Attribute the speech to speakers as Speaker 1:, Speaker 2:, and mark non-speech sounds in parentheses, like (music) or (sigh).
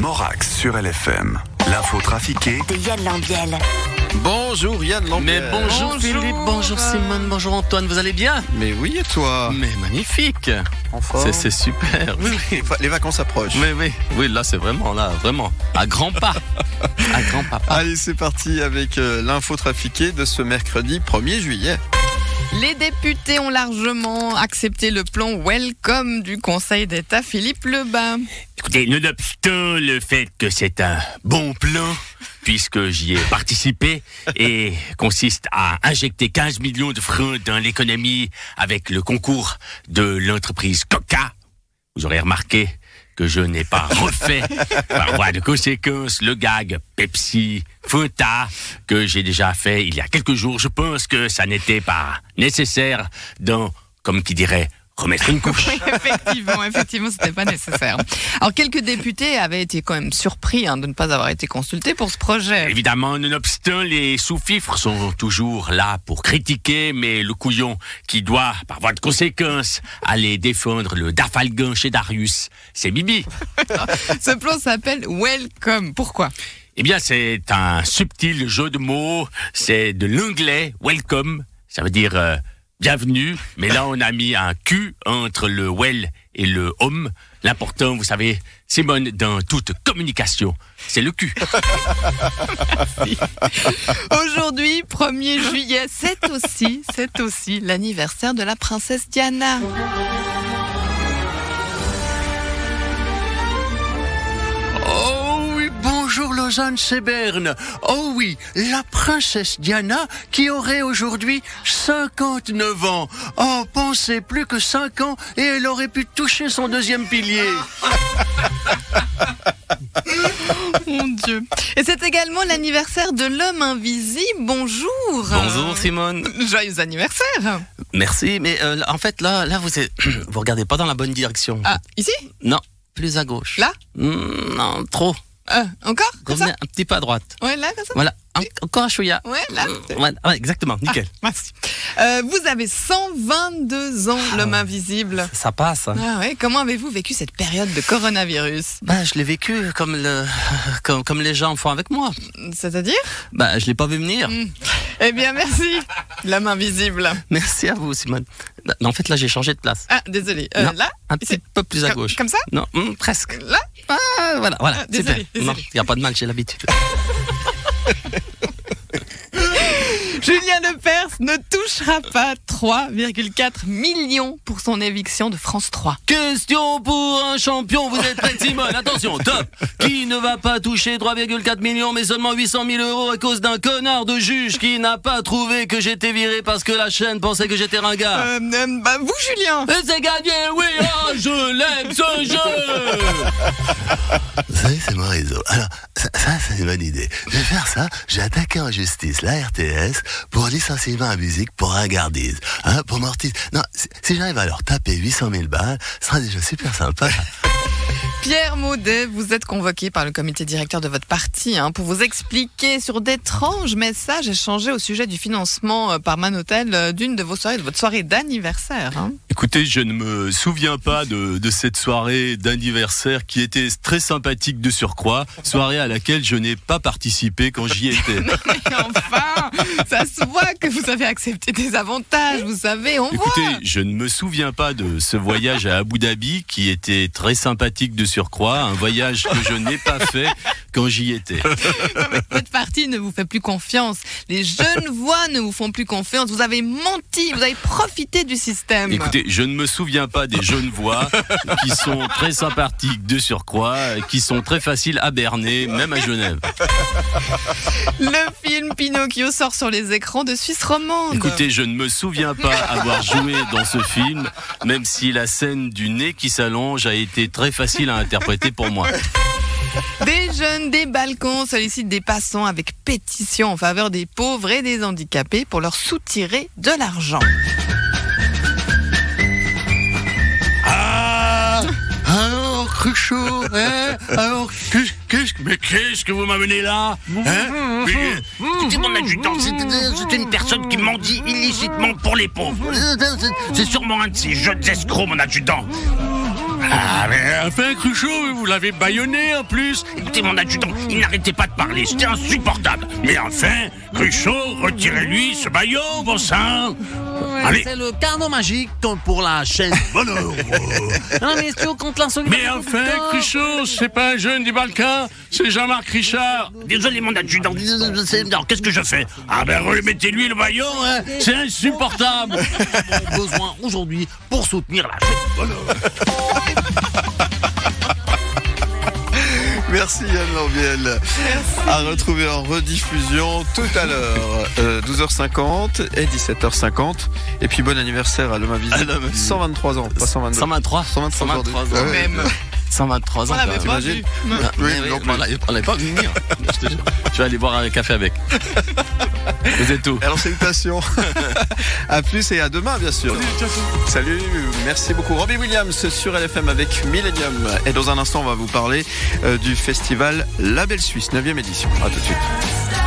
Speaker 1: Morax sur LFM. L'info trafiquée
Speaker 2: de Yann Lambiel.
Speaker 3: Bonjour Yann Lambier.
Speaker 4: Mais
Speaker 5: Euh,
Speaker 4: bonjour,
Speaker 6: Bonjour.
Speaker 4: Philippe, bonjour Simone, bonjour Antoine, vous allez bien
Speaker 3: Mais oui, et
Speaker 5: Ah.
Speaker 3: toi
Speaker 4: Mais magnifique
Speaker 3: Enfin.
Speaker 4: C'est- C'est super
Speaker 3: Oui,
Speaker 5: (laughs)
Speaker 3: oui, les vacances approchent.
Speaker 4: Oui, oui, oui, là c'est vraiment, là, vraiment, à grands
Speaker 6: (laughs)
Speaker 4: pas À grands pas
Speaker 3: Allez, c'est parti avec euh, l'info trafiquée de ce mercredi 1er juillet.
Speaker 6: Les députés ont largement accepté le plan Welcome du Conseil d'État Philippe Lebas.
Speaker 7: Écoutez, nonobstant le fait que c'est un bon plan, puisque j'y ai participé, et consiste à injecter 15 millions de francs dans l'économie avec le concours de l'entreprise Coca, vous aurez remarqué que je n'ai pas (laughs) refait, par voie de conséquence, le gag Pepsi Fanta que j'ai déjà fait il y a quelques jours. Je pense que ça n'était pas nécessaire dans, comme qui dirait, remettre une couche.
Speaker 6: Oui, (laughs) effectivement, effectivement, c'était pas nécessaire. Alors, quelques députés avaient été quand même surpris hein, de ne pas avoir été consultés pour ce projet.
Speaker 7: Évidemment, nonobstant, les sous-fifres sont toujours là pour critiquer, mais le couillon qui doit, par voie de conséquence, aller défendre le dafalgan chez Darius, c'est Bibi.
Speaker 6: Ce plan s'appelle Welcome. Pourquoi
Speaker 7: Eh bien, c'est un subtil jeu de mots, c'est de l'anglais, welcome, ça veut dire euh, bienvenue, mais là on a mis un Q entre le well et le homme. L'important, vous savez, Simone, dans toute communication, c'est le cul.
Speaker 6: Aujourd'hui, 1er juillet, c'est aussi, c'est aussi l'anniversaire de la princesse Diana.
Speaker 3: Oh oui, bonjour Lausanne, c'est Berne. Oh oui, la princesse Diana qui aurait aujourd'hui 59 ans. Oh, pensez plus que 5 ans et elle aurait pu toucher son deuxième pilier.
Speaker 6: Mon Dieu. Et c'est également l'anniversaire de l'homme invisible. Bonjour.
Speaker 4: Bonjour Simone,
Speaker 6: Joyeux anniversaire.
Speaker 4: merci, mais euh, en fait là, là vous, êtes- (clears throat) vous regardez pas dans la bonne direction.
Speaker 6: Ah, ici
Speaker 4: Non, plus à gauche.
Speaker 6: Là
Speaker 4: Mm, Non, trop.
Speaker 6: Euh, Encore Comme ça
Speaker 4: Revenez un petit peu à droite.
Speaker 6: Ouais, là, comme ça
Speaker 4: Voilà, En- encore un chouïa.
Speaker 6: Ouais, là.
Speaker 4: Mm, voilà, ouais, exactement, nickel.
Speaker 6: Merci. Euh, vous avez 122
Speaker 4: Ah.
Speaker 6: ans, l'homme invisible.
Speaker 4: Ça passe. hein.
Speaker 6: Ah ouais, comment avez-vous vécu cette période de coronavirus
Speaker 4: Bah, je l'ai vécu comme, le, (laughs) comme, comme les gens font avec moi.
Speaker 6: C'est-à-dire
Speaker 4: Bah, je l'ai pas vu venir.
Speaker 6: Eh
Speaker 4: (laughs)
Speaker 6: bien, merci, l'homme invisible.
Speaker 4: Merci à vous, Simone. Non, En fait, là, j'ai changé de place.
Speaker 6: Ah, désolé. Euh,
Speaker 4: Non,
Speaker 6: là
Speaker 4: Un petit
Speaker 6: ici.
Speaker 4: peu plus à
Speaker 6: Comme-
Speaker 4: gauche.
Speaker 6: Comme ça
Speaker 4: Non, hum, presque.
Speaker 6: Là
Speaker 4: Ah, voilà, voilà.
Speaker 6: Ah,
Speaker 4: c'est
Speaker 6: désolé,
Speaker 4: bien. Non,
Speaker 6: désolé.
Speaker 4: il n'y a pas de mal, j'ai l'habitude.
Speaker 6: Julien Lepers ne touchera pas 3,4 millions pour son éviction de France 3.
Speaker 4: Question pour un champion, vous êtes prêts, Simone Attention, top Qui ne va pas toucher 3,4 millions mais seulement 800 000 euros à cause d'un connard de juge qui n'a pas trouvé que j'étais viré parce que la chaîne pensait que j'étais ringard
Speaker 6: Euh, euh, bah, vous, Julien
Speaker 4: Et c'est gagné, oui, oh, je l'aime ce jeu
Speaker 8: Vous savez, c'est mon réseau. Alors, ça, ça, c'est une bonne idée. Je vais faire ça, j'ai attaqué en justice la RTS pour licenciement à musique pour ringardise. Hein, pour Mortis. Non, si, si j'arrive à leur taper 800 000 balles, ce sera déjà super sympa.
Speaker 6: Pierre Maudet, vous êtes convoqué par le comité directeur de votre parti hein, pour vous expliquer sur d'étranges messages échangés au sujet du financement euh, par Manotel euh, d'une de vos soirées, de votre soirée d'anniversaire. hein.
Speaker 9: Écoutez, je ne me souviens pas de, de cette soirée d'anniversaire qui était très sympathique de surcroît, soirée à laquelle je n'ai pas participé quand j'y étais.
Speaker 6: (laughs) Mais enfin, ça se voit que vous avez accepté des avantages, vous savez, on
Speaker 9: Écoutez,
Speaker 6: voit.
Speaker 9: je ne me souviens pas de ce voyage à Abu Dhabi qui était très sympathique de surcroît, un voyage que je n'ai pas fait quand j'y étais.
Speaker 6: Votre parti ne vous fait plus confiance. Les jeunes voix ne vous font plus confiance. Vous avez menti, vous avez profité du système.
Speaker 9: Écoutez, je ne me souviens pas des jeunes voix qui sont très sympathiques de surcroît, qui sont très faciles à berner, même à Genève.
Speaker 6: Le film Pinocchio sort sur les écrans de Suisse romande.
Speaker 9: Écoutez, je ne me souviens pas avoir joué dans ce film, même si la scène du nez qui s'allonge a été très facile à interpréter pour moi.
Speaker 6: Des jeunes des balcons sollicitent des passants avec pétition en faveur des pauvres et des handicapés pour leur soutirer de l'argent.
Speaker 8: Alors, Cruchot, hein Alors, qu'est-ce qu'est-ce que...
Speaker 7: Mais qu'est-ce que vous m'amenez là (laughs) Hein Mais, C'était mon adjudant, c'était c'était une personne qui mendie illicitement pour les pauvres. C'est sûrement un de ces jeunes escrocs, mon adjudant. Ah, mais enfin, Cruchot, vous l'avez baïonné en plus. Écoutez, mon adjudant, il n'arrêtait pas de parler, c'était insupportable. Mais enfin, Cruchot, retirez-lui ce baillon, bon sang. Allez.
Speaker 2: C'est le carnet magique comme pour la chaîne.
Speaker 4: (laughs)
Speaker 7: Bonheur.
Speaker 2: non, mais c'est contre l'insolidarité.
Speaker 7: Mais enfin, Cruchot, c'est pas un jeune des Balkans, c'est Jean-Marc Richard. Désolé, mon adjudant. Non, qu'est-ce que je fais Ah ben, remettez-lui le baillon, hein. C'est insupportable.
Speaker 2: besoin aujourd'hui pour soutenir la
Speaker 5: (laughs) Merci Yann Lambiel. À retrouver en rediffusion tout à l'heure, euh, 12h50 et 17h50. Et puis bon anniversaire à l'homme invisible. 123 ans, pas 122.
Speaker 4: 123.
Speaker 5: 123 aujourd'hui.
Speaker 4: 123 ans.
Speaker 5: Ouais,
Speaker 6: Même.
Speaker 4: 123 ans.
Speaker 6: On l'avait
Speaker 4: quand
Speaker 6: pas
Speaker 4: même.
Speaker 6: vu.
Speaker 4: Ah,
Speaker 5: Oui,
Speaker 4: mais
Speaker 5: non
Speaker 4: oui, on l'a- on l'avait pas vu venir. Je te jure. Je vais aller boire un café avec. Vous êtes tout.
Speaker 5: Alors salutations. (laughs) à plus et à demain bien sûr. Salut, merci beaucoup. Robbie Williams sur LFM avec Millennium. Et dans un instant on va vous parler euh, du festival La Belle Suisse, 9e édition. À tout de suite.